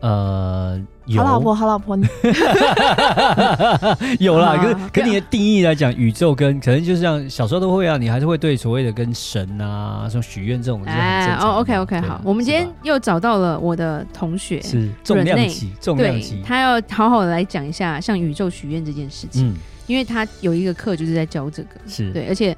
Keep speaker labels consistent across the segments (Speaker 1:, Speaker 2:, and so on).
Speaker 1: 呃有
Speaker 2: 好老婆，好 老婆，你
Speaker 1: 有啦，
Speaker 3: 啊
Speaker 1: 可是可你的定义来讲，宇宙跟可能就是像小时候都会啊，你还是会对所谓的跟神啊、什么许愿这种是很正常的嘛。
Speaker 3: 哦，OK OK，
Speaker 1: 对
Speaker 3: 好，我们今天
Speaker 1: 是吧
Speaker 3: 又找到了我的同学，
Speaker 1: 是重量级，重量
Speaker 3: 对
Speaker 1: 级，
Speaker 3: 他要好好的来讲一下向宇宙许愿这件事情，
Speaker 1: 嗯，
Speaker 3: 因为他有一个课就是在教这个，
Speaker 1: 是
Speaker 3: 对，而且。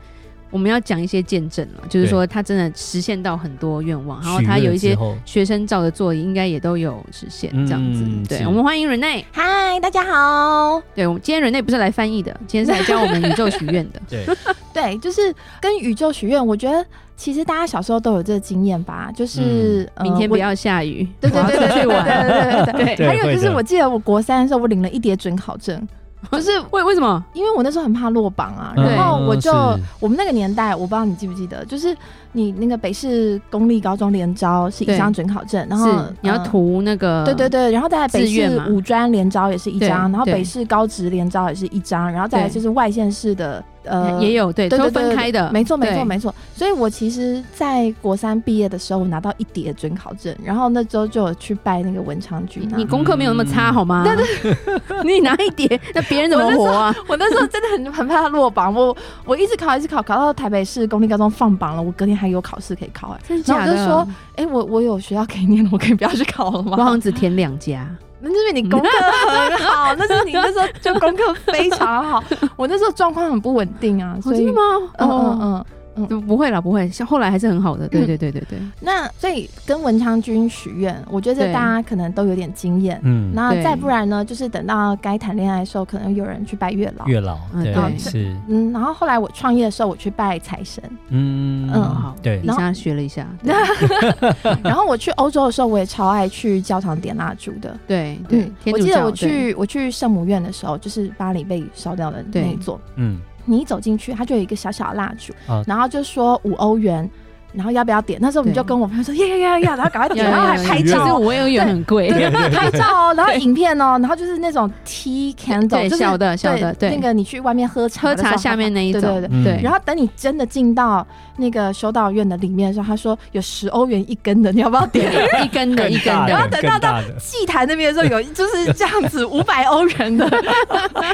Speaker 3: 我们要讲一些见证了，就是
Speaker 1: 对
Speaker 3: 说他真的实现到很多愿望，然后
Speaker 1: 许
Speaker 3: 他
Speaker 1: 愿
Speaker 3: 有一些
Speaker 1: 之后
Speaker 3: 学生照的座椅应该也都有实现，这样子。
Speaker 1: 嗯
Speaker 3: 对，
Speaker 1: 是。
Speaker 3: 我们欢迎 Rene。
Speaker 2: 嗨，大家好。
Speaker 3: 对，我们今天 Rene 不是来翻译的，今天是来教我们宇宙许愿 的
Speaker 1: 对，
Speaker 2: 对，就是跟宇宙许愿，我觉得其实大家小时候都有这个经验吧，就是、呃
Speaker 3: 嗯明天不。
Speaker 2: 我
Speaker 3: 要下雨，
Speaker 2: 对对对
Speaker 3: 我要
Speaker 2: 对
Speaker 3: 出
Speaker 2: 对
Speaker 3: 去 玩。
Speaker 2: 对对对
Speaker 1: 对
Speaker 2: 对，还有就
Speaker 1: 会
Speaker 2: 是
Speaker 1: 的
Speaker 2: 我记得我国三的时候，我领了一叠准考证，
Speaker 3: 就是为为什么？
Speaker 2: 因为我那时候很怕落榜啊，
Speaker 1: 嗯
Speaker 2: 然后我就是我们那个年代，我不知道你记不记得，就是你那个北市公立高中联招是一张准考证，然后
Speaker 3: 是你要
Speaker 2: 呃
Speaker 3: 涂那个？
Speaker 2: 对对对，然后再来北
Speaker 3: 嗯志愿
Speaker 2: 市
Speaker 3: 嘛
Speaker 2: 五专联招也是一
Speaker 3: 对
Speaker 2: 张，然后
Speaker 3: 对
Speaker 2: 北市高职联招也是一张，然后再来
Speaker 3: 对
Speaker 2: 就是外县市的呃
Speaker 3: 也有对，
Speaker 2: 对
Speaker 3: 都
Speaker 2: 对
Speaker 3: 分
Speaker 2: 对
Speaker 3: 开的。
Speaker 2: 没错，没
Speaker 3: 对
Speaker 2: 错，没错。所以我其实，在国三毕业的时候，我拿到一叠准考证，然后那周就有去拜那个文昌啊局
Speaker 3: 你
Speaker 2: 拿。
Speaker 3: 你功课没有那么
Speaker 1: 嗯
Speaker 3: 差好吗？对对， 你拿一叠，那别人怎么活啊？
Speaker 2: 我那时候真的很 很怕落榜，我我一直考，一直考，考到台北市公立高中放榜了，我隔天还有考试可以考、哎，
Speaker 3: 真的
Speaker 2: 然
Speaker 3: 假
Speaker 2: 后我
Speaker 3: 的？
Speaker 2: 就说，哎、我我有学校可以念了，我可以不要去考了
Speaker 3: 我好
Speaker 2: 吗？
Speaker 3: 像只填两家。
Speaker 2: 那是因为你功课很 好，那是你那时候就功课非常 好。我那时候状况很不稳定啊，
Speaker 3: 哦
Speaker 2: 所以，
Speaker 3: 吗？
Speaker 2: 嗯嗯
Speaker 3: 哦，
Speaker 2: 嗯，嗯
Speaker 3: 嗯不会啦，不会，像后来还是很好的。对对对对对，
Speaker 2: 那所以跟文昌君许愿，我觉得
Speaker 3: 对
Speaker 2: 大家可能都有点经验。
Speaker 1: 嗯，
Speaker 2: 那
Speaker 3: 对
Speaker 2: 再不然呢，就是等到该谈恋爱的时候，可能有人去拜月老。
Speaker 1: 月老
Speaker 3: 嗯
Speaker 1: 对
Speaker 3: 对
Speaker 1: 是
Speaker 2: 嗯，然后后来我创业的时候，我去拜财 神。
Speaker 1: 嗯
Speaker 2: 嗯
Speaker 3: 好
Speaker 1: 对
Speaker 3: 李
Speaker 2: 然后嗯
Speaker 3: 莎学了一下。对
Speaker 2: 然后我去欧洲的时候，我也超爱去教堂点蜡烛的。
Speaker 3: 对对，天主
Speaker 2: 我记得
Speaker 3: 教
Speaker 2: 我
Speaker 3: 对
Speaker 2: 去我去圣母院的时候，就是巴黎被烧掉的那
Speaker 3: 对
Speaker 2: 一座，
Speaker 1: 嗯
Speaker 2: 你一走进去，它就有一个小小的蜡烛，
Speaker 1: 啊
Speaker 2: 然后就说五欧元，然后要不要点？那时候我们
Speaker 3: 对
Speaker 2: 就跟我朋友说，要要要要，然后 赶快
Speaker 3: 有
Speaker 2: 点，
Speaker 3: 有
Speaker 2: 然后还
Speaker 3: 有
Speaker 2: 拍
Speaker 1: 有
Speaker 2: 照
Speaker 3: 其实
Speaker 2: 哦。
Speaker 3: 五欧元很贵，
Speaker 2: 对，拍 照哦，然后影片哦，然后就是那种 tea candle，
Speaker 3: 对
Speaker 2: 就是
Speaker 3: 小的小的对
Speaker 2: 那个你去外面喝茶
Speaker 3: 喝
Speaker 2: 的时候
Speaker 3: 茶下面那一种，
Speaker 2: 对对对。
Speaker 1: 嗯
Speaker 3: 对，
Speaker 2: 然后等你真的进到那个修道院的里面的时候，他说有十欧元一根的，你要不要点？
Speaker 3: 一根的一根
Speaker 1: 嗯更大的
Speaker 3: 的，
Speaker 2: 然后等到
Speaker 1: 更大的
Speaker 2: 祭坛那边的时候有就是这样子五百欧元的，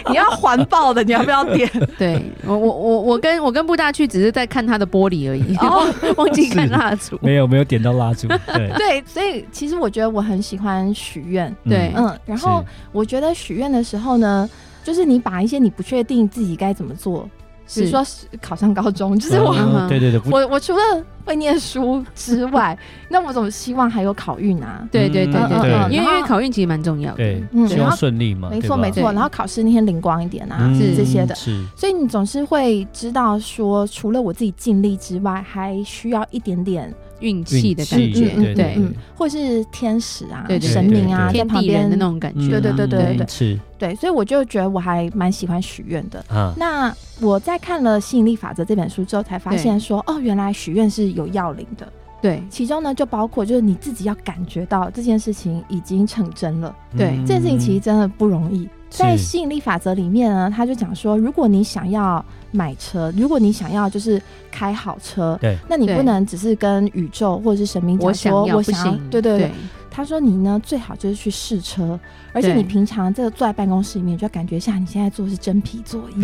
Speaker 2: 你要环抱的，你要不要点？
Speaker 3: 对我我我我跟我跟布大去只是在看他的玻璃而已，然后
Speaker 2: 哦，
Speaker 3: 忘记看蜡烛。
Speaker 1: 没有没有点到蜡烛， 对
Speaker 2: 对，所以其实我觉得我很喜欢许愿，
Speaker 3: 对
Speaker 2: 嗯，然后
Speaker 1: 是
Speaker 2: 我觉得许愿的时候呢，就是你把一些你不确定自己该怎么做，比
Speaker 3: 是
Speaker 2: 如说是考上高中， 就是我
Speaker 3: 嗯
Speaker 1: 对对对，不
Speaker 2: 我我除了会念书之外， 那我总希望还有考运啊。
Speaker 3: 对对对
Speaker 1: 嗯
Speaker 3: 对
Speaker 1: 嗯
Speaker 3: 对，
Speaker 2: 嗯
Speaker 3: 因为因
Speaker 2: 然
Speaker 3: 为
Speaker 2: 后
Speaker 3: 考运其实蛮重要的。
Speaker 1: 对，
Speaker 2: 嗯
Speaker 1: 希
Speaker 2: 然
Speaker 1: 望
Speaker 2: 后
Speaker 1: 顺利嘛，
Speaker 2: 没
Speaker 1: 对
Speaker 2: 错
Speaker 1: 吧
Speaker 2: 没错，
Speaker 3: 对
Speaker 2: 然后考试那天灵光一点啊，
Speaker 1: 嗯
Speaker 2: 这些的，
Speaker 1: 是
Speaker 2: 所以你总是会知道说，除了我自己尽力之外，还需要一点点，嗯
Speaker 3: 运气的感
Speaker 1: 运气
Speaker 3: 觉，
Speaker 1: 对
Speaker 3: 对
Speaker 1: 对，
Speaker 2: 或是天使啊、
Speaker 3: 对对对
Speaker 2: 神明啊
Speaker 1: 对
Speaker 2: 在
Speaker 3: 天
Speaker 2: 旁
Speaker 3: 地人
Speaker 2: 边
Speaker 3: 的那种感觉。
Speaker 2: 对对对对对
Speaker 1: 嗯是
Speaker 2: 对，所以我就觉得我还蛮喜欢许愿的。
Speaker 1: 啊，
Speaker 2: 那我在看了《吸引力法则》这本书之后，才发现说，哦，原来许愿是有要领的。
Speaker 3: 对
Speaker 2: 其中呢，就包括就是你自己要感觉到这件事情已经成真了，
Speaker 3: 对
Speaker 1: 嗯
Speaker 2: 这件事情其实真的不容易。在
Speaker 1: 是
Speaker 2: 吸引力法则里面呢，他就讲说，如果你想要买车，如果你想要就是开好车，
Speaker 1: 对，
Speaker 2: 那你
Speaker 3: 对
Speaker 2: 不能只是跟宇宙或者是神明
Speaker 3: 我
Speaker 2: 讲
Speaker 3: 想
Speaker 2: 说，
Speaker 3: 要
Speaker 2: 我
Speaker 3: 不
Speaker 2: 想要
Speaker 3: 行，
Speaker 2: 对对对
Speaker 3: 对。
Speaker 2: 他说你呢最好就是去试车，而且你平常这个坐在办公室里面，你就要感觉一下你现在坐的是真皮座椅，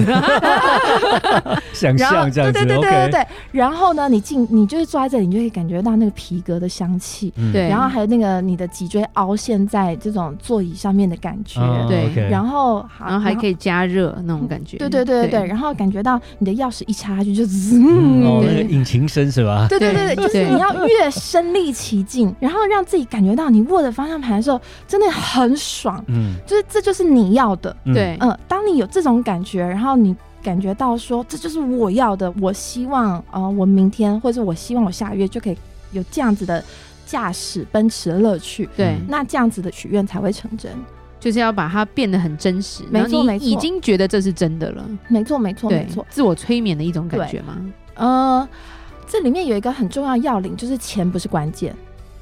Speaker 1: 想
Speaker 2: 然后
Speaker 1: 象这样子
Speaker 2: 对对对对对
Speaker 1: OK
Speaker 2: 对，然后呢，你进你就是坐在这里，你就会感觉到那个皮革的香气，
Speaker 1: 嗯
Speaker 3: 对
Speaker 2: 然后还有那个你的脊椎凹陷在这种座椅上面的感觉，
Speaker 1: 哦
Speaker 3: 对
Speaker 1: OK
Speaker 2: 然后好
Speaker 3: 然后还可以
Speaker 2: 以。
Speaker 3: 加热那种感觉。
Speaker 2: 对对对对对，然后感觉到你的钥匙一插下去就滋，
Speaker 1: 嗯哦，那个
Speaker 2: 对
Speaker 1: 引擎声是吧？
Speaker 2: 对对
Speaker 3: 对
Speaker 2: 对，就是你要越身临其境，然后让自己感觉到你握着方向盘的时候真的很爽，
Speaker 1: 嗯，
Speaker 2: 就是这就是你要的。
Speaker 1: 嗯
Speaker 3: 对
Speaker 2: 嗯，当你有这种感觉，然后你感觉到说这就是我要的，我希望呃，我明天或者我希望我下个月就可以有这样子的驾驶奔驰的乐趣，
Speaker 3: 对
Speaker 1: 嗯
Speaker 2: 那这样子的许愿才会成真。
Speaker 3: 就是要把它变得很真实。
Speaker 2: 没错
Speaker 3: 然后你
Speaker 2: 没错
Speaker 3: 已经觉得这是真的了，
Speaker 2: 没错，没错，
Speaker 3: 对
Speaker 2: 没错，。
Speaker 3: 自我催眠的一种感觉吗？
Speaker 2: 呃，这里面有一个很重要要领，就是钱不是关键。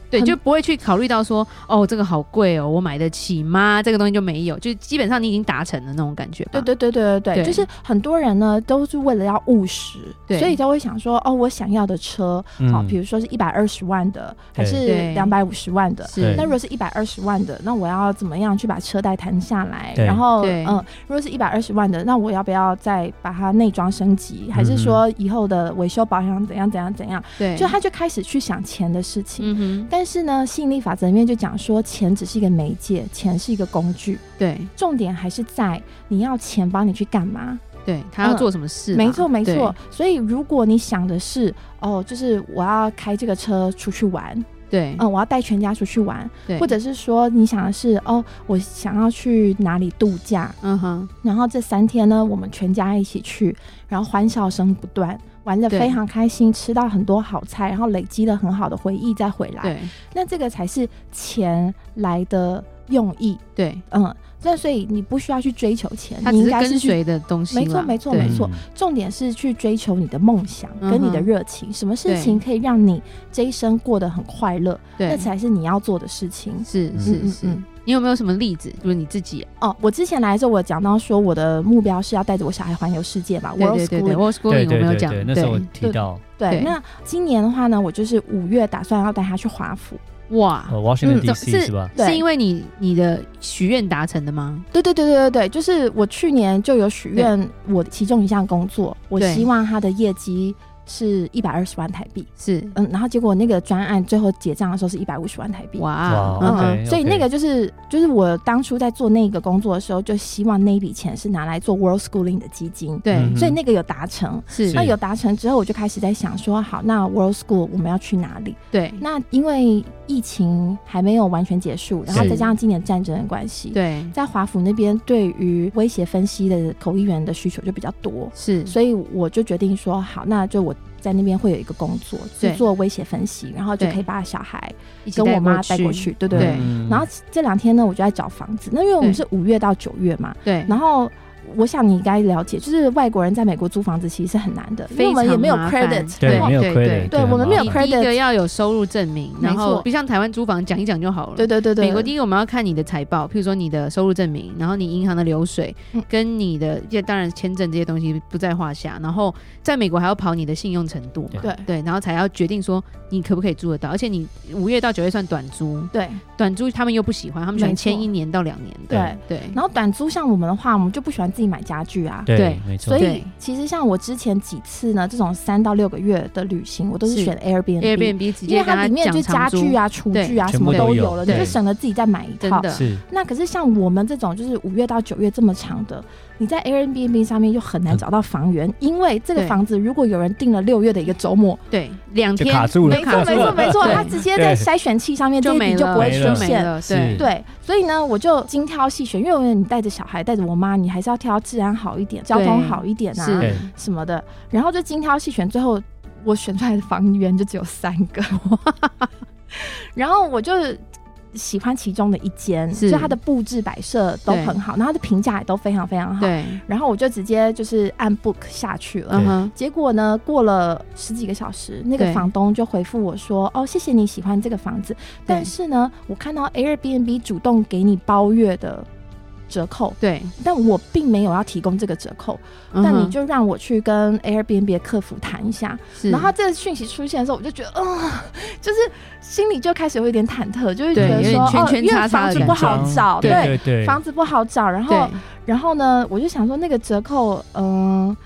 Speaker 3: 对，
Speaker 2: 很
Speaker 3: 就不会去考虑到说，哦，这个好贵哦，我买得起吗？这个东西就没有，就基本上你已经达成了那种感觉吧。
Speaker 2: 对对对对对对，
Speaker 3: 啊对
Speaker 2: 就是很多人呢都是为了要务实，
Speaker 3: 对
Speaker 2: 所以都会想说，哦，我想要的车，好、
Speaker 1: 嗯
Speaker 2: 比如说是一百二十万的，还是
Speaker 3: 对
Speaker 2: 两百五十万的。
Speaker 3: 是，
Speaker 2: 那如果是一百二十万的，那我要怎么样去把车贷谈下来？
Speaker 1: 对
Speaker 2: 然后，
Speaker 3: 对
Speaker 2: 嗯，如果是一百二十万的，那我要不要再把它内装升级？还是说以后的维修保养怎样怎样怎样？
Speaker 3: 嗯对，
Speaker 2: 就他就开始去想钱的事情。
Speaker 3: 嗯哼，
Speaker 2: 但是呢，吸引力法则里面就讲说，钱只是一个媒介，钱是一个工具，
Speaker 3: 对
Speaker 2: 重点还是在你要钱帮你去干嘛？
Speaker 3: 对，他要
Speaker 2: 嗯
Speaker 3: 做什么事嘛？
Speaker 2: 没错，没
Speaker 3: 啊对
Speaker 2: 错。，所以如果你想的是，哦，就是我要开这个车出去玩，
Speaker 3: 对，
Speaker 2: 嗯，我要带全家出去玩，
Speaker 3: 对，
Speaker 2: 或者是说你想的是，哦，我想要去哪里度假，
Speaker 3: 嗯哼，
Speaker 2: 然后这三天呢，我们全家一起去，然后欢笑声不断。玩的
Speaker 3: 对
Speaker 2: 非常开心，吃到很多好菜，然后累积了很好的回忆再回来。
Speaker 3: 对
Speaker 2: 那这个才是钱来的用意。
Speaker 3: 对，
Speaker 2: 嗯，那所以你不需要去追求钱，
Speaker 3: 他
Speaker 2: 你
Speaker 3: 只
Speaker 2: 应
Speaker 3: 是
Speaker 2: 该
Speaker 3: 跟
Speaker 2: 是去。
Speaker 3: 随的东西啦，
Speaker 2: 没错没错
Speaker 3: 对
Speaker 2: 没错重点是去追求你的梦想
Speaker 3: 嗯哼
Speaker 2: 跟你的热情，什么事情可以让你这一生过得很快乐，那
Speaker 3: 对，
Speaker 2: 才是你要做的事情。
Speaker 3: 是
Speaker 1: 嗯
Speaker 3: 是
Speaker 2: 嗯
Speaker 3: 是
Speaker 2: 嗯。
Speaker 3: 你有没有什么例子？就是你自己，
Speaker 2: 哦，我之前来的时候，我有讲到说我的目标是要带着我小孩环游世界嘛
Speaker 3: 对
Speaker 2: ，World
Speaker 3: 对对对
Speaker 2: School。
Speaker 3: ，World Schooling
Speaker 1: 对
Speaker 3: 我
Speaker 1: 对
Speaker 3: 没有
Speaker 1: 对
Speaker 3: 讲，
Speaker 1: 对，那时候我提
Speaker 2: 对
Speaker 1: 到
Speaker 2: 对，
Speaker 3: 对
Speaker 2: 那今年的话呢，我就是五月打算要带他去华府。
Speaker 3: 哇
Speaker 1: 呃，Washington
Speaker 3: 嗯
Speaker 1: DC 是吧？
Speaker 2: 对
Speaker 3: 是因为你你的许愿达成的吗？
Speaker 2: 对对对对对对，就是我去年就有许愿，我其中一项工作，我
Speaker 3: 对
Speaker 2: 希望他的业绩是一百二十万台币。
Speaker 3: 是，
Speaker 2: 嗯，然后结果那个专案最后结账的时候是一百五十万台币。
Speaker 1: 哇
Speaker 3: 哇，嗯
Speaker 1: ，OK
Speaker 3: 哼
Speaker 2: 所以
Speaker 1: OK
Speaker 2: 那个就是就是我当初在做那个工作的时候，就希望那一笔钱是拿来做 World Schooling 的基金，
Speaker 1: 嗯
Speaker 3: 对，
Speaker 2: 所以那个有达成。
Speaker 3: 是
Speaker 2: 那有达成之后，我就开始在想说，好，那 World School 我们要去哪里？
Speaker 3: 对
Speaker 2: 那因为疫情还没有完全结束，然后
Speaker 1: 是
Speaker 2: 再加上今年战争的关系，，
Speaker 3: 对
Speaker 2: 在华府那边对于威胁分析的口译员的需求就比较多，
Speaker 3: 是，
Speaker 2: 所以我就决定说，好，那就我在那边会有一个工作，
Speaker 3: 对
Speaker 2: 是做威胁分析，然后就
Speaker 3: 对
Speaker 2: 可以把小孩
Speaker 3: 一起
Speaker 2: 跟我妈带过，去，对对
Speaker 3: 对
Speaker 2: 对。
Speaker 1: 嗯
Speaker 2: 然后这两天呢，我就在找房子，那因为我们是五月到九月嘛，
Speaker 3: 对，
Speaker 2: 然后。我想你应该了解，就是外国人在美国租房子其实是很难的，因为我们也没有
Speaker 3: 非常麻烦
Speaker 2: credit，
Speaker 1: 对
Speaker 2: 然后
Speaker 1: 没有
Speaker 3: 对
Speaker 1: credit，
Speaker 3: 对
Speaker 2: 对
Speaker 1: 很
Speaker 2: 我们没有
Speaker 1: 麻烦
Speaker 2: credit
Speaker 3: 第一个要有收入证明，
Speaker 2: 没
Speaker 3: 然后
Speaker 2: 错
Speaker 3: 不像台湾租房讲一讲就好了。
Speaker 2: 对对对对，
Speaker 3: 美国第一个我们要看你的财报，譬如说你的收入证明，然后你银行的流水，
Speaker 2: 嗯
Speaker 3: 跟你的这当然签证这些东西不在话下。然后在美国还要跑你的信用程度嘛，
Speaker 2: 对
Speaker 3: 对，然后才要决定说你可不可以租得到。而且你五月到九月算短租，
Speaker 2: 对
Speaker 3: 短租他们又不喜欢，他们喜欢
Speaker 2: 没错
Speaker 3: 签一年到两年的。
Speaker 2: 对。
Speaker 3: 对，
Speaker 2: 然后短租像我们的话，我们就不喜欢自己买家具啊，
Speaker 1: 对
Speaker 3: 对，
Speaker 1: 没错
Speaker 2: 所。以
Speaker 3: 对
Speaker 2: 其实像我之前几次呢，这种三到六个月的旅行，我都是
Speaker 3: 是
Speaker 2: 选 Airbnb。
Speaker 3: Airbnb 直
Speaker 2: 因
Speaker 3: 接
Speaker 2: 为
Speaker 3: 跟
Speaker 2: 它
Speaker 3: 他
Speaker 2: 里面
Speaker 3: 讲
Speaker 2: 就家
Speaker 3: 长租
Speaker 2: 具，啊、厨具啊
Speaker 1: 对
Speaker 2: 什
Speaker 1: 全部
Speaker 2: 么
Speaker 1: 都
Speaker 2: 都
Speaker 1: 有
Speaker 2: 有了，你就
Speaker 1: 对
Speaker 2: 省了自己再买一
Speaker 3: 真
Speaker 2: 套。
Speaker 3: 的
Speaker 1: 是
Speaker 2: 那可是像我们这种就是五月到九月这么长的，你在 Airbnb 上面又很难找到房源，因为这个
Speaker 3: 对
Speaker 2: 房子如果有人订了六月的一个周末，
Speaker 3: 对，两
Speaker 1: 就
Speaker 3: 天
Speaker 1: 卡住了
Speaker 2: 没错
Speaker 1: 卡住
Speaker 2: 没
Speaker 1: 了
Speaker 2: 错没错，
Speaker 3: 对
Speaker 2: 它直接在
Speaker 1: 对
Speaker 2: 筛选器上面这
Speaker 3: 就
Speaker 2: 一
Speaker 3: 没
Speaker 2: 笔就
Speaker 3: 了，
Speaker 2: 不会
Speaker 1: 没了
Speaker 2: 出
Speaker 3: 就没
Speaker 2: 现。
Speaker 3: 了
Speaker 1: 是
Speaker 3: 对
Speaker 2: 对，所以呢，我就精挑细选，因为我觉得你带着小孩，带着我妈，你还是要挑治安好一点、交通好一点啊。
Speaker 3: 是
Speaker 1: 对
Speaker 2: 什么的，然后就精挑细选，最后我选出来的房源就只有三个， 然后我就喜欢其中的一间，
Speaker 3: 是
Speaker 2: 就它的布置摆设都
Speaker 3: 对
Speaker 2: 很好，然后它的评价也都非常非常好，
Speaker 3: 对，
Speaker 2: 然后我就直接就是按 book 下去了。
Speaker 3: 嗯哼，
Speaker 2: 结果呢？过了十几个小时，那
Speaker 3: 对
Speaker 2: 个房东就回复我说：“哦，谢谢你喜欢这个房子，但
Speaker 3: 对
Speaker 2: 是呢，我看到 Airbnb 主动给你包月的折扣，
Speaker 3: 对，
Speaker 2: 但我并没有要提供这个折扣。
Speaker 3: 嗯
Speaker 2: 但
Speaker 3: 哼
Speaker 2: 你就让我去跟 Airbnb 的客服谈一下，
Speaker 3: 是
Speaker 2: 然后他这个讯息出现的时候，我就觉得，嗯、 就是心里就开始有一点忐忑，就会觉
Speaker 3: 对有
Speaker 2: 得说，
Speaker 3: 点圈
Speaker 2: 哦，
Speaker 3: 圈
Speaker 2: 因
Speaker 3: 叉叉
Speaker 2: 为房
Speaker 3: 的
Speaker 2: 子
Speaker 1: 紧
Speaker 2: 不
Speaker 1: 张
Speaker 2: 好找，
Speaker 1: 对对
Speaker 2: 房子不好找，然后
Speaker 3: 对，
Speaker 2: 然后呢，我就想说那个折扣，嗯、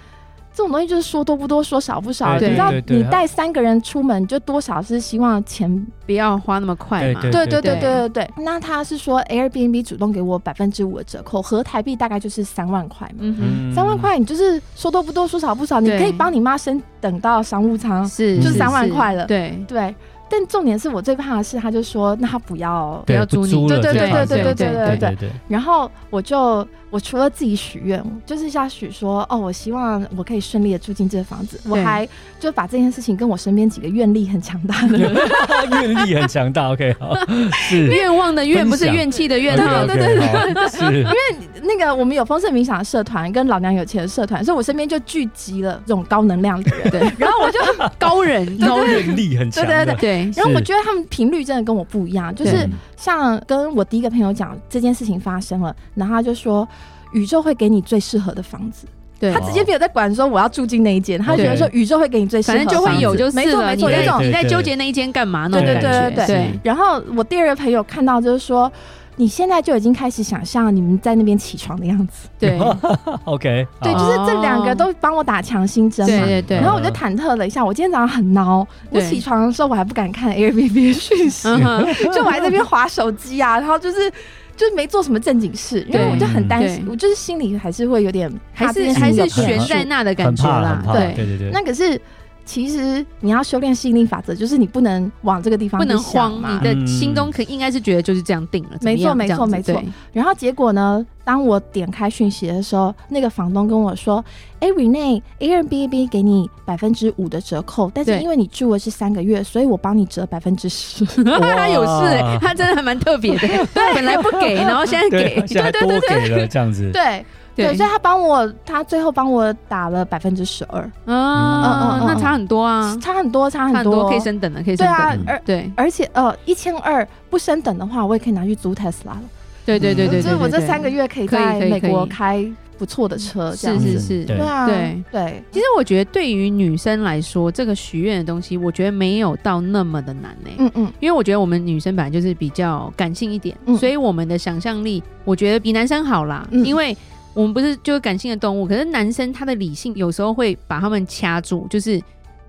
Speaker 2: 这种东西就是说多不多，说少不少。
Speaker 1: 哎对
Speaker 2: 你知道
Speaker 1: 对，对
Speaker 2: 你
Speaker 1: 对
Speaker 2: 带三个人出门，就多少是希望钱
Speaker 3: 不要花那么快嘛，
Speaker 1: 对
Speaker 2: 对对对
Speaker 3: 对
Speaker 2: 对对对。那他是说 Airbnb 主动给我百分之五的折扣，合台币大概就是三万块嘛。
Speaker 3: 嗯哼。
Speaker 1: 嗯
Speaker 2: 三万块，你就是说多不多，说少不少，你
Speaker 3: 对
Speaker 1: 嗯
Speaker 2: 可以帮你妈先等到商务舱，
Speaker 3: 是
Speaker 1: 就是三
Speaker 2: 万
Speaker 3: 是
Speaker 2: 块了
Speaker 3: 对
Speaker 2: 对，但重点是我最怕的是，他就说那他不要。
Speaker 3: 不
Speaker 1: 对，
Speaker 3: 要租
Speaker 1: 不
Speaker 3: 你
Speaker 1: 租了
Speaker 2: 对
Speaker 1: 这
Speaker 2: 对
Speaker 1: 个房子，
Speaker 2: 对对对对
Speaker 1: 对对，
Speaker 2: 然后我就我除了自己许愿，就是下许说哦，我希望我可以顺利的住进这个房子。我
Speaker 3: 对
Speaker 2: 还就把这件事情跟我身边几个愿力很强大的人
Speaker 1: 愿力很强大。OK，好， 是，
Speaker 3: 愿望的愿
Speaker 1: 分享
Speaker 3: 不是怨气的怨，
Speaker 1: OK，OK，
Speaker 2: 对对对
Speaker 1: 好是，
Speaker 2: 那个我们有丰盛冥想的社团跟老娘有钱的社团，所以我身边就聚集了这种高能量的人。
Speaker 3: 对，
Speaker 2: 然后我就，
Speaker 3: 高人
Speaker 1: 高愿力很强的，
Speaker 2: 对
Speaker 3: 对
Speaker 2: 然后我
Speaker 1: 是
Speaker 2: 觉得他们频率真的跟我不一样，就是
Speaker 1: 嗯
Speaker 2: 像跟我第一个朋友讲这件事情发生了，然后他就说。宇宙会给你最适合的房子，
Speaker 3: 对
Speaker 2: 他，直接没有在管说我要住进那一间，他觉得说宇宙会给你最适合
Speaker 3: 反
Speaker 2: 的
Speaker 3: 正
Speaker 2: 房子，
Speaker 3: 就会有就是
Speaker 2: 没错
Speaker 3: 了。
Speaker 2: 没
Speaker 3: 你
Speaker 2: 错，有
Speaker 3: 在
Speaker 2: 一种
Speaker 3: 你
Speaker 1: 对
Speaker 3: 在
Speaker 1: 对
Speaker 3: 纠结那一间干嘛那种
Speaker 1: 对
Speaker 3: 感
Speaker 1: 对
Speaker 3: 觉？
Speaker 2: 对对
Speaker 1: 对
Speaker 2: 然后我第二个朋友看到就是说，你现在就已经开始想象你们在那边起床的样子。
Speaker 3: 对
Speaker 1: OK，
Speaker 2: 对，
Speaker 1: 好嗯
Speaker 2: 就是这两个都帮我打强心针嘛。
Speaker 3: 对对哦对
Speaker 2: 然后我就忐忑了一下，我今天早上很孬，我
Speaker 3: 对
Speaker 2: 起床的时候我还不敢看 Airbnb 讯息，
Speaker 3: 嗯哼，
Speaker 2: 就我还在那边划手机啊，然后就是。就没做什么正经事，因为
Speaker 3: 对
Speaker 2: 我就很担心，
Speaker 3: 对
Speaker 2: 我就是心里还是会有点
Speaker 3: 还
Speaker 2: 怕这
Speaker 3: 是
Speaker 2: 件事
Speaker 3: 还
Speaker 2: 情
Speaker 3: 是
Speaker 2: 有可能
Speaker 3: 悬在那的感
Speaker 1: 很
Speaker 3: 觉
Speaker 1: 怕，
Speaker 3: 啦
Speaker 1: 很怕，，
Speaker 2: 对
Speaker 1: 对对对，
Speaker 2: 那可是，其实你要修炼吸引力法则，就是你不能往这个地方
Speaker 3: 不能
Speaker 2: 去想
Speaker 3: 慌，
Speaker 2: 嘛
Speaker 3: 你
Speaker 1: 嗯
Speaker 3: 的心中可应该是觉得就是这样定了，怎么
Speaker 2: 没错
Speaker 3: 样
Speaker 2: 没
Speaker 3: 这样
Speaker 2: 错
Speaker 3: 子
Speaker 2: 没错
Speaker 3: 对
Speaker 2: 然后结果呢？当我点开讯息的时候，那个房东跟我说：“哎，Rene Airbnb 给你百分之五的折扣，但是
Speaker 3: 对
Speaker 2: 因为你住的是三个月，所以我帮你折百分之 十。
Speaker 3: 他有事欸、
Speaker 1: 哇
Speaker 3: 他真的还蛮特别的、 对，本来不给，然后现在给，啊
Speaker 1: 对，现在
Speaker 3: 对
Speaker 1: 多给了这样子，
Speaker 2: 对对，所以他帮我，他最后帮我打了百分之十二，
Speaker 3: 啊
Speaker 2: 嗯嗯，嗯
Speaker 3: 那差很多啊，
Speaker 2: 差很多，差
Speaker 3: 差
Speaker 2: 很
Speaker 3: 很
Speaker 2: 多，
Speaker 3: 多，可以升等了，可以
Speaker 2: 对
Speaker 3: 升等
Speaker 2: 啊
Speaker 3: 了，，
Speaker 2: 而
Speaker 3: 对
Speaker 2: 而且呃，一千二不升等的话，我也可以拿去租 Tesla 了。
Speaker 3: 对对对对对，
Speaker 2: 就是我这三个
Speaker 3: 月，
Speaker 2: 月可嗯以
Speaker 3: 可以
Speaker 2: 在
Speaker 3: 可以
Speaker 2: 美
Speaker 3: 可以
Speaker 2: 国开不错的车，这样
Speaker 3: 是
Speaker 2: 子。
Speaker 3: 是
Speaker 1: 子
Speaker 3: 是，
Speaker 1: 对
Speaker 2: 对啊，
Speaker 3: 对
Speaker 2: 对，
Speaker 3: 其实我觉得对于女生来说，这个许愿的东西，我觉得没有到那么的难欸呢、
Speaker 2: 嗯嗯，
Speaker 3: 因为我觉得我们女生本来就是比较感性一点，
Speaker 2: 嗯
Speaker 3: 所以我们的想象力，我觉得比男生好啦。
Speaker 2: 嗯
Speaker 3: 因为我们不是就是感性的动物，可是男生他的理性有时候会把他们掐住，就是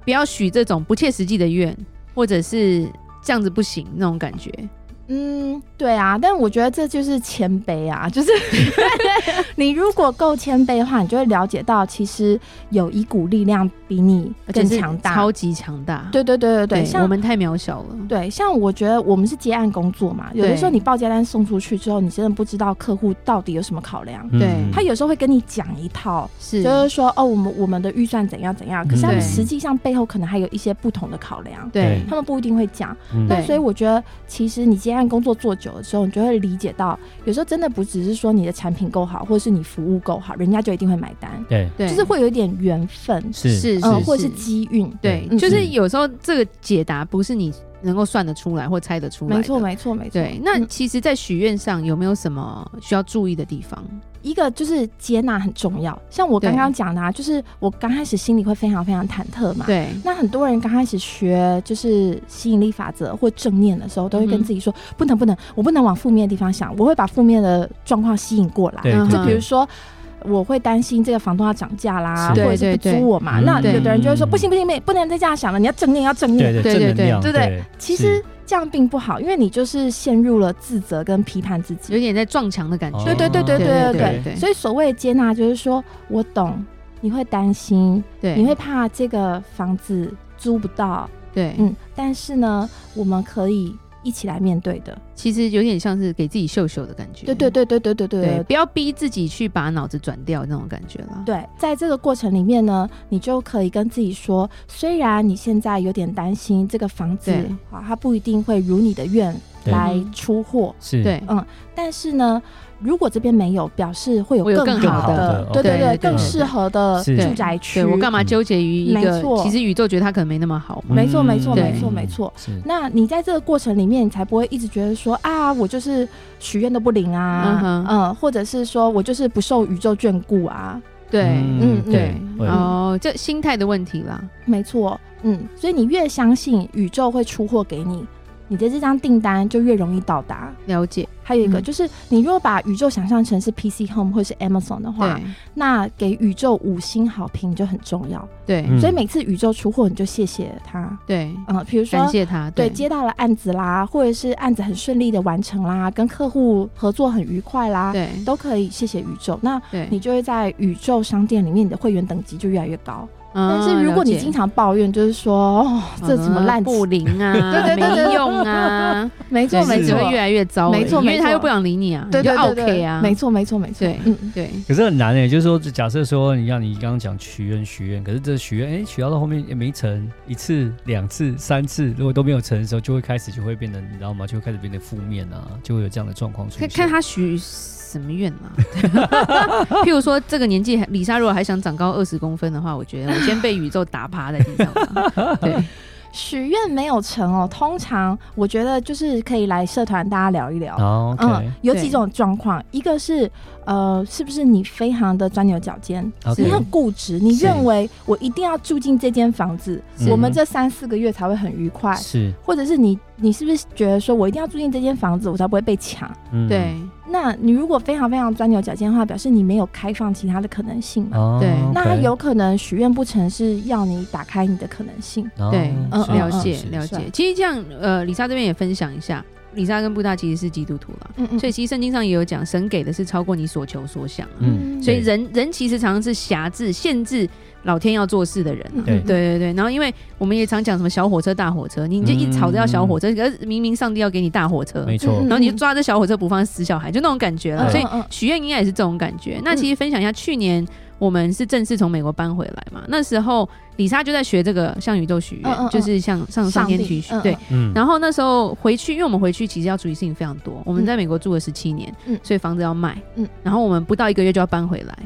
Speaker 3: 不要许这种不切实际的愿，或者是这样子不行那种感觉。
Speaker 2: 嗯，对啊，但我觉得这就是谦卑啊，就是你如果够谦卑的话，你就会了解到，其实有一股力量比你
Speaker 3: 而且
Speaker 2: 更
Speaker 3: 是
Speaker 2: 强大
Speaker 3: 超。级强大。
Speaker 2: 对对对对对，像
Speaker 3: 我们太渺小了。
Speaker 2: 对像我觉得我们是接案工作嘛，有的
Speaker 3: 对
Speaker 2: 时候你报接单送出去之后，你真的不知道客户到底有什么考量。
Speaker 1: 嗯
Speaker 3: 对
Speaker 2: 他有时候会跟你讲一套，
Speaker 3: 是，
Speaker 2: 就是说哦，我们我们的预算怎样怎样，可是他们
Speaker 3: 对
Speaker 2: 实际上背后可能还有一些不同的考量，
Speaker 3: 对
Speaker 2: 他们不一定会讲。
Speaker 1: 嗯
Speaker 2: 那
Speaker 3: 对
Speaker 2: 所以我觉得，其实你接案工作做久了之后，你就会理解到，有时候真的不只是说你的产品够好，或者是你服务够好，人家就一定会买单，
Speaker 1: 对，
Speaker 3: 对，
Speaker 2: 就是会有一点缘分，
Speaker 1: 是
Speaker 3: 是
Speaker 2: 嗯、
Speaker 3: 是
Speaker 2: 或者是机运。
Speaker 3: 对，
Speaker 2: 嗯
Speaker 3: 就是有时候这个解答不是你能够算得出来或猜得出来的。
Speaker 2: 没错，没错，没错。
Speaker 3: 对，那
Speaker 2: 嗯
Speaker 3: 其实，在许愿上有没有什么需要注意的地方？
Speaker 2: 一个就是接纳很重要，像我刚刚讲的啊，就是我刚开始心里会非常非常忐忑嘛。。
Speaker 3: 对，
Speaker 2: 那很多人刚开始学就是吸引力法则或正念的时候，都会
Speaker 3: 嗯
Speaker 2: 跟
Speaker 3: 哼
Speaker 2: 自己说，不能不能，我不能往负面的地方想，我会把负面的状况吸引过来。
Speaker 1: 对，
Speaker 3: 嗯
Speaker 1: 对
Speaker 2: 就比如
Speaker 1: 对
Speaker 2: 说。我会担心这个房东要涨价啦，
Speaker 1: 是
Speaker 2: 或者是不
Speaker 3: 对对
Speaker 2: 租我嘛。
Speaker 1: 对
Speaker 2: 那
Speaker 3: 嗯
Speaker 2: 有的人就会说
Speaker 1: 嗯
Speaker 2: 不行不行不行，不能再这样想了，你要正念要正
Speaker 1: 对
Speaker 2: 念。
Speaker 1: 对
Speaker 3: 对
Speaker 1: 正
Speaker 3: 对
Speaker 1: 能
Speaker 3: 对
Speaker 1: 量，
Speaker 2: 对对其实这样并不好，因为你就是陷入了自责跟批判自己。
Speaker 3: 有点在撞墙的感觉。
Speaker 1: 哦
Speaker 2: 对对对对
Speaker 3: 对
Speaker 2: 对
Speaker 3: 对
Speaker 2: 对
Speaker 3: 对
Speaker 2: 对。所以所谓的接纳，就是说我懂，你会担心，
Speaker 3: 对，
Speaker 2: 你会怕这个房子租不到，
Speaker 3: 对，
Speaker 2: 嗯，但是呢，我们可以一起来面对的。
Speaker 3: 其实有点像是给自己秀秀的感觉。
Speaker 2: 对对对对对对对
Speaker 3: 对，不要逼自己去把脑子转掉那种感觉啦。
Speaker 2: 对，在这个过程里面呢，你就可以跟自己说，虽然你现在有点担心这个房子
Speaker 3: 对
Speaker 2: 啊，它不一定会如你的愿
Speaker 1: 对
Speaker 2: 来出货，
Speaker 1: 是，
Speaker 3: 对
Speaker 2: 哦但是呢，如果这边没有，表示会有
Speaker 3: 会有更
Speaker 2: 好
Speaker 1: 好的
Speaker 2: 对对
Speaker 3: 对
Speaker 2: 对，
Speaker 3: 对
Speaker 2: 更
Speaker 1: 对
Speaker 2: 适合的
Speaker 1: 是
Speaker 2: 住宅区。
Speaker 3: 对，我干嘛纠结于一个
Speaker 2: 没？错
Speaker 3: 其实宇宙觉得他可能没那么好嘛。
Speaker 2: 没错，没错，
Speaker 3: 嗯对
Speaker 2: 没错，没错。
Speaker 1: 是，
Speaker 2: 那你在这个过程里面，你才不会一直觉得说啊，我就是许愿都不灵啊，
Speaker 3: 嗯
Speaker 2: 嗯
Speaker 3: 哼
Speaker 2: 或者是说我就是不受宇宙眷顾啊，
Speaker 3: 对，
Speaker 1: 嗯
Speaker 3: 对
Speaker 1: 对，会
Speaker 3: 哦，这心态的问题啦。
Speaker 2: 没错，嗯，所以你越相信宇宙会出货给你，你的这张订单就越容易到达。
Speaker 3: 了解，
Speaker 2: 还有一个、
Speaker 3: 嗯
Speaker 2: 就是，你如果把宇宙想象成是 PC Home 或是 Amazon 的话，
Speaker 3: 对
Speaker 2: 那给宇宙五星好评就很重要。
Speaker 3: 对
Speaker 1: 嗯
Speaker 2: 所以每次宇宙出货，你就谢谢他。
Speaker 3: 对，
Speaker 2: 嗯，比如说
Speaker 3: 感谢他。
Speaker 2: 对，接到了案子啦，或者是案子很顺利的完成啦，跟客户合作很愉快啦，
Speaker 3: 对
Speaker 2: 都可以谢谢宇宙。那
Speaker 3: 对，
Speaker 2: 你就会在宇宙商店里面，你的会员等级就越来越高。
Speaker 3: 但
Speaker 2: 但是如果你经常抱怨，就是说哦，这怎么烂？
Speaker 3: 嗯不灵啊，
Speaker 2: 对对对对
Speaker 3: 没用 啊，
Speaker 2: 没错
Speaker 1: 对
Speaker 2: 没
Speaker 3: 只
Speaker 2: 错
Speaker 3: 会，越来越糟而已，
Speaker 2: 没错
Speaker 3: 因
Speaker 2: 没
Speaker 3: 为
Speaker 2: 错
Speaker 3: 他又不想理你啊，
Speaker 2: 对对
Speaker 3: 你就
Speaker 2: 对对
Speaker 3: OK 啊，
Speaker 2: 没错没错没错，
Speaker 3: 对
Speaker 2: 嗯，
Speaker 3: 对，
Speaker 1: 可是很难诶、就是说，假设说你像你刚刚讲许愿许愿，可是这许愿诶，许到到后面也没成，一次、两次、三次，如果都没有成的时候，就会开始就会变得，你知道吗？就会开始变得负面啊，就会有这样的状况出
Speaker 3: 看
Speaker 1: 现。
Speaker 3: 看他许什么愿嘛， 譬如说这个年纪，李莎如果还想长高二十公分的话，我觉得我先被宇宙打趴在地上 吧，对，
Speaker 2: 许愿没有成哦，通常我觉得就是可以来社团大家聊一聊。
Speaker 1: 好，OK，、哦
Speaker 2: 嗯，有
Speaker 3: 对
Speaker 2: 几种状况，一个是呃，是不是你非常的钻牛角尖
Speaker 1: OK
Speaker 2: 你很固执，你
Speaker 1: 是
Speaker 2: 认为我一定要住进这间房子，
Speaker 1: 是
Speaker 2: 我们这三四个月才会很愉快，
Speaker 1: 是，
Speaker 2: 或者是你你是不是觉得说我一定要住进这间房子，我才不会被抢？
Speaker 1: 嗯，
Speaker 3: 对，
Speaker 2: 那你如果非常非常钻牛角尖的话，表示你没有开放其他的可能性嘛？
Speaker 1: 哦，
Speaker 3: 对
Speaker 1: OK
Speaker 2: 那有可能许愿不成是要你打开你的可能性，
Speaker 1: 哦
Speaker 3: 对，
Speaker 2: 嗯
Speaker 1: 是
Speaker 3: 了
Speaker 2: 嗯
Speaker 3: 解
Speaker 1: 是
Speaker 3: 了
Speaker 1: 是
Speaker 2: 是
Speaker 3: 解。其实这样，呃，李莎这边也分享一下，李莎跟布大其实是基督徒啦，
Speaker 2: 嗯嗯
Speaker 3: 所以其实圣经上也有讲，神给的是超过你所求所想啊、
Speaker 1: 嗯，
Speaker 3: 所以
Speaker 1: 对
Speaker 3: 人人其实常常是辖制、限制老天要做事的人、啊。
Speaker 1: 对
Speaker 2: 嗯
Speaker 3: 对对对，然后因为我们也常讲什么小火车、大火车，你就
Speaker 2: 嗯
Speaker 3: 一吵着要小火车，可是明明上帝要给你大火车，
Speaker 1: 没错，
Speaker 3: 然后你就抓着小火车不放，死小孩，就那种感觉了。
Speaker 1: 嗯
Speaker 3: 所以
Speaker 2: 嗯嗯
Speaker 3: 许愿应该也是这种感觉。那其实分享一下，去年我们是正式从美国搬回来嘛，那时候李莎就在学这个向宇宙许愿，
Speaker 2: 嗯嗯嗯
Speaker 3: 就是向上上天
Speaker 2: 上帝
Speaker 3: 去许、
Speaker 2: 嗯嗯
Speaker 3: 对。
Speaker 1: 嗯，
Speaker 3: 然后那时候回去，因为我们回去其实要处理事情非常多，我们在美国住了十七年，
Speaker 2: 嗯
Speaker 3: 所以房子要卖，
Speaker 2: 嗯
Speaker 3: 然后我们不到一个月就要搬回来，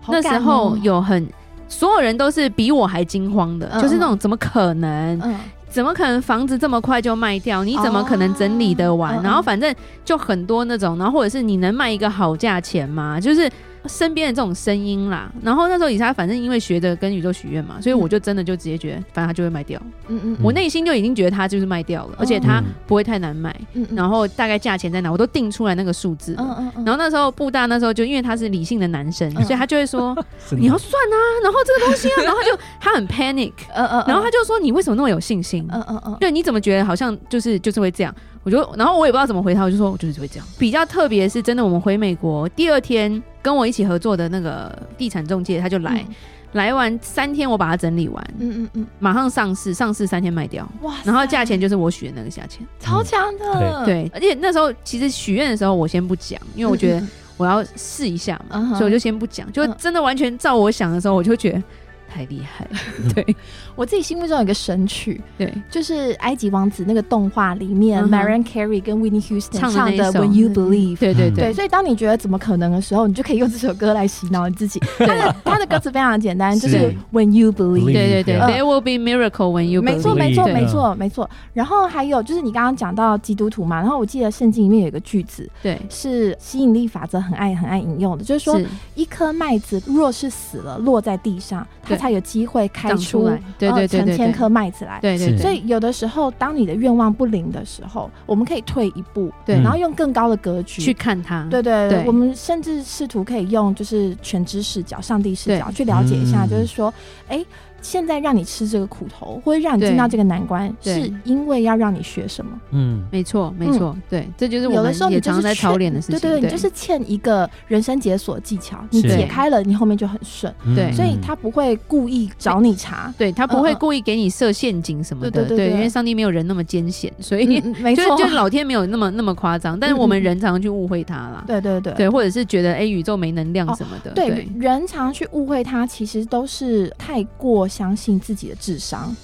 Speaker 2: 好
Speaker 3: 那
Speaker 2: 感
Speaker 3: 时
Speaker 2: 人
Speaker 3: 候
Speaker 2: 哦
Speaker 3: 有很。所有人都是比我还惊慌的，
Speaker 2: 嗯
Speaker 3: 就是那种怎么可能？
Speaker 2: 嗯
Speaker 3: 怎么可能房子这么快就卖掉？你怎么可能整理得完？
Speaker 2: 哦嗯嗯
Speaker 3: 然后反正就很多那种，然后或者是你能卖一个好价钱吗？就是身边的这种声音啦。然后那时候李莎反正因为学着跟宇宙许愿嘛，所以我就真的就直接觉得，反正他就会卖掉。
Speaker 2: 嗯嗯哦
Speaker 3: 我内心就已经觉得他就是卖掉了，而且他
Speaker 1: 嗯
Speaker 3: 不会太难卖，
Speaker 2: 嗯嗯
Speaker 3: 然后大概价钱在哪，我都定出来那个数字了。
Speaker 2: 嗯嗯嗯
Speaker 3: 然后那时候布大那时候就因为他是理性的男生，
Speaker 2: 嗯
Speaker 3: 所以他就会说
Speaker 1: 是
Speaker 3: 你要算啊，然后这个东西 啊，然后就他很 panic，
Speaker 2: 嗯嗯，
Speaker 3: 然后他就说你为什么那么有信心？
Speaker 2: 嗯嗯嗯，
Speaker 3: 对，你怎么觉得好像就是就是会这样？我就，然后我也不知道怎么回他，我就说我就是会这样。
Speaker 2: 嗯
Speaker 3: 比较特别是真的，我们回美国第二天，跟我一起合作的那个地产中介他就来，来完三天我把它整理完，
Speaker 2: 嗯，嗯嗯
Speaker 3: 马上上市，上市三天卖掉，
Speaker 2: 嗯，哇塞，
Speaker 3: 然后价钱就是我许的那个价钱。
Speaker 2: 超强的，
Speaker 3: 对，而且那时候其实许愿的时候我先不讲，因为我觉得我要试一下嘛，
Speaker 2: 嗯哼
Speaker 3: 所以我就先不讲。就
Speaker 2: 嗯
Speaker 3: 真的完全照我想的时候，我就觉得太厉害 了。对
Speaker 2: 我自己心目中有一个神曲，
Speaker 3: 对，
Speaker 2: 就是《埃及王子》那个动画里面
Speaker 3: 嗯哼
Speaker 2: Marion Carey 跟 Whitney Houston
Speaker 3: 唱的那
Speaker 2: 唱
Speaker 3: 一
Speaker 2: 的《
Speaker 3: 首
Speaker 2: When You Believe》。
Speaker 3: 对对
Speaker 1: 嗯
Speaker 2: 对，
Speaker 3: 对，
Speaker 2: 所以当你觉得怎么可能的时候，你就可以用这首歌来洗脑你 自己。它的它的歌词非常简单，就是
Speaker 1: 是
Speaker 2: When you believe。
Speaker 3: 对对对
Speaker 1: 嗯
Speaker 3: ，There will be miracle when you
Speaker 2: 没错，
Speaker 1: believe
Speaker 2: 没错，
Speaker 3: 对
Speaker 2: 没错，没错。然后还有就是你刚刚讲到基督徒嘛，然后我记得圣经里面有一个句子
Speaker 3: 对，
Speaker 2: 是吸引力法则很爱很爱引用的，就是说
Speaker 3: 是
Speaker 2: 一颗麦子若是死了落在地上，它
Speaker 3: 对
Speaker 2: 才有机会开
Speaker 3: 长出来，对对
Speaker 2: 呃
Speaker 3: 对
Speaker 2: 成
Speaker 3: 对
Speaker 2: 千
Speaker 3: 对，
Speaker 2: 颗麦子来。
Speaker 3: 对对对，
Speaker 2: 所以有的时候，当你的愿望不灵的时候，我们可以退一步，
Speaker 3: 对
Speaker 2: 然后用更高的格局
Speaker 3: 嗯去。看它，
Speaker 2: 对对对，
Speaker 3: 对
Speaker 2: 我们甚至试图可以用就是全知视角、上帝视角
Speaker 3: 对
Speaker 2: 去了解一下，
Speaker 1: 嗯
Speaker 2: 就是说，哎，现在让你吃这个苦头，或者让你进到
Speaker 3: 对
Speaker 2: 这个难关，
Speaker 3: 对
Speaker 2: 是因为要让你学什么？
Speaker 1: 嗯，
Speaker 3: 没错没错，对，这就是我
Speaker 2: 有的
Speaker 3: 们
Speaker 2: 时候
Speaker 3: 也
Speaker 2: 你就
Speaker 3: 常常
Speaker 2: 是
Speaker 3: 在
Speaker 2: 缺
Speaker 3: 操练的事情，
Speaker 2: 对对对，你就是欠一个人生解锁技巧，你
Speaker 1: 是
Speaker 2: 解开了，你后面就很顺。
Speaker 1: 嗯
Speaker 3: 对
Speaker 2: 所以他不会故意找你查。
Speaker 3: 对他不
Speaker 2: 嗯
Speaker 3: 会
Speaker 2: 嗯
Speaker 3: 故意给你设陷阱什么
Speaker 2: 对
Speaker 3: 的，
Speaker 2: 对对对
Speaker 3: 因为上帝没有人那么艰险，所以
Speaker 2: 嗯嗯没
Speaker 3: 就
Speaker 2: 错，
Speaker 3: 就老天没有那么那么夸张，但是我们
Speaker 2: 嗯嗯
Speaker 3: 人常常去误会他啦，
Speaker 2: 对对对
Speaker 3: 对，或者是觉得哎宇宙没能量什么的，
Speaker 2: 对
Speaker 3: 对
Speaker 2: 人常去误会他，其实都是太过相信自己的智商，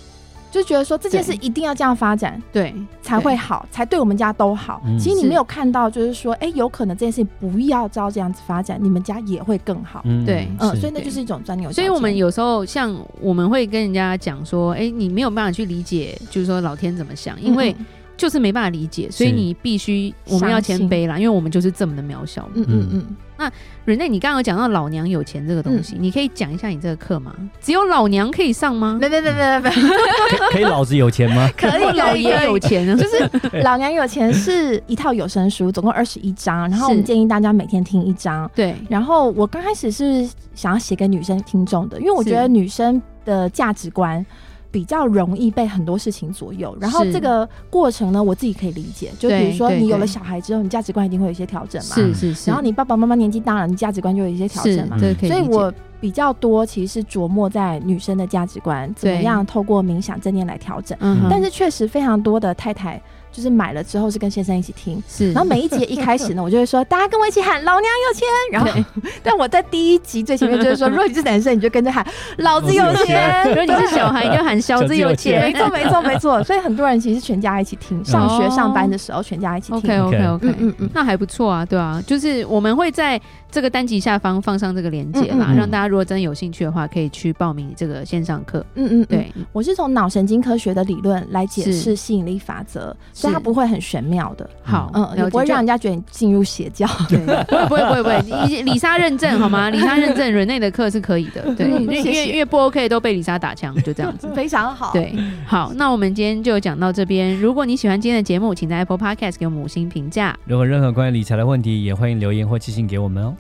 Speaker 2: 就觉得说这件事
Speaker 3: 对
Speaker 2: 一定要这样发展
Speaker 3: 对
Speaker 2: 才会好，才对我们家都好。
Speaker 1: 嗯
Speaker 2: 其实你
Speaker 3: 是
Speaker 2: 没有看到，就是说，哎，有可能这件事不要照这样子发展，你们家也会更好。
Speaker 1: 嗯
Speaker 3: 对
Speaker 2: 嗯，
Speaker 1: 是
Speaker 2: 所以那就是一种钻牛角
Speaker 3: 所
Speaker 2: 尖。
Speaker 3: 以我们有时候像我们会跟人家讲说，哎、你没有办法去理解，就是说老天怎么想，
Speaker 2: 嗯，
Speaker 3: 因为
Speaker 2: 嗯
Speaker 3: 就是没办法理解，所以你必须我们要谦卑啦，因为我们就是这么的渺小。
Speaker 2: 嗯嗯嗯，
Speaker 3: 人类，你刚刚有讲到老娘有钱这个东西，你可以讲一下你这个课吗？只有老娘可以上吗？
Speaker 2: 没没没没没，
Speaker 1: 可可以老子有钱吗？
Speaker 2: 可以
Speaker 3: 或老爷有钱呢？
Speaker 2: 就是老娘有钱是一套有声书，总共二十一章，然后我们
Speaker 3: 是
Speaker 2: 建议大家每天听一章。
Speaker 3: 对
Speaker 2: 然后我刚开始是想要写给女生听众的，因为我觉得
Speaker 3: 是
Speaker 2: 女生的价值观比较容易被很多事情左右。然后
Speaker 3: 是
Speaker 2: 这个过程呢，我自己可以理解。就比
Speaker 3: 对
Speaker 2: 如说，
Speaker 3: 对
Speaker 2: 你有了
Speaker 3: 对
Speaker 2: 小孩之后，你价值观一定会有一些调整嘛。
Speaker 3: 是是是，
Speaker 2: 然后你爸爸妈妈年纪大了，你价值观就有一些调整
Speaker 3: 是
Speaker 2: 嘛。
Speaker 3: 这可以
Speaker 2: 所以
Speaker 3: 理解，
Speaker 2: 我比较多其实是琢磨在女生的价值观怎么
Speaker 3: 对
Speaker 2: 样透过冥想正念来调整，
Speaker 3: 嗯哼，
Speaker 2: 但是确实非常多的太太就是买了之后是跟先生一起听。
Speaker 3: 是，
Speaker 2: 然后每一集一开始呢，我就会说大家跟我一起喊老娘有钱，然后 但我在第一集最前面就是说，如果你是男生，你就跟着喊老子有
Speaker 1: 老子有
Speaker 2: 钱，
Speaker 3: 如果你是小孩，你就喊小
Speaker 1: 小
Speaker 3: 子
Speaker 1: 子
Speaker 3: 有
Speaker 1: 有
Speaker 3: 钱
Speaker 2: 没。错，没错，没错。所以很多人其实全家一起听，上学、上班的时候全家一起听。
Speaker 3: OK OK OK，
Speaker 2: 嗯嗯嗯
Speaker 3: 那还不错啊，对啊，就是我们会在这个单集下方放上这个链接啦，
Speaker 1: 嗯嗯嗯
Speaker 3: 让大家如果真的有兴趣的话，可以去报名这个线上课。
Speaker 2: 嗯嗯，对，
Speaker 3: 对，
Speaker 2: 我是从脑神经科学的理论来解
Speaker 3: 是
Speaker 2: 释吸引力法则，所以
Speaker 3: 是
Speaker 2: 它不会很玄妙的，
Speaker 3: 好，
Speaker 2: 嗯，也
Speaker 3: 了解
Speaker 2: 不会
Speaker 3: 就
Speaker 2: 让人家觉得你进入邪教。
Speaker 3: 对， 不会不会不会不会，李莎认证好 吗？李莎认证人类的课是可以的，对，
Speaker 2: 嗯
Speaker 3: 因为
Speaker 2: 谢
Speaker 3: 因为
Speaker 2: 谢
Speaker 3: 因为不 OK 都被李莎打枪，就这样子。
Speaker 2: 非常好，
Speaker 3: 对，好，那我们今天就讲到这边。如果你喜欢今天的节目，请在 Apple Podcast 给我们五星评价，
Speaker 1: 如果任何关于理财的问题，也欢迎留言或寄信给我们哦。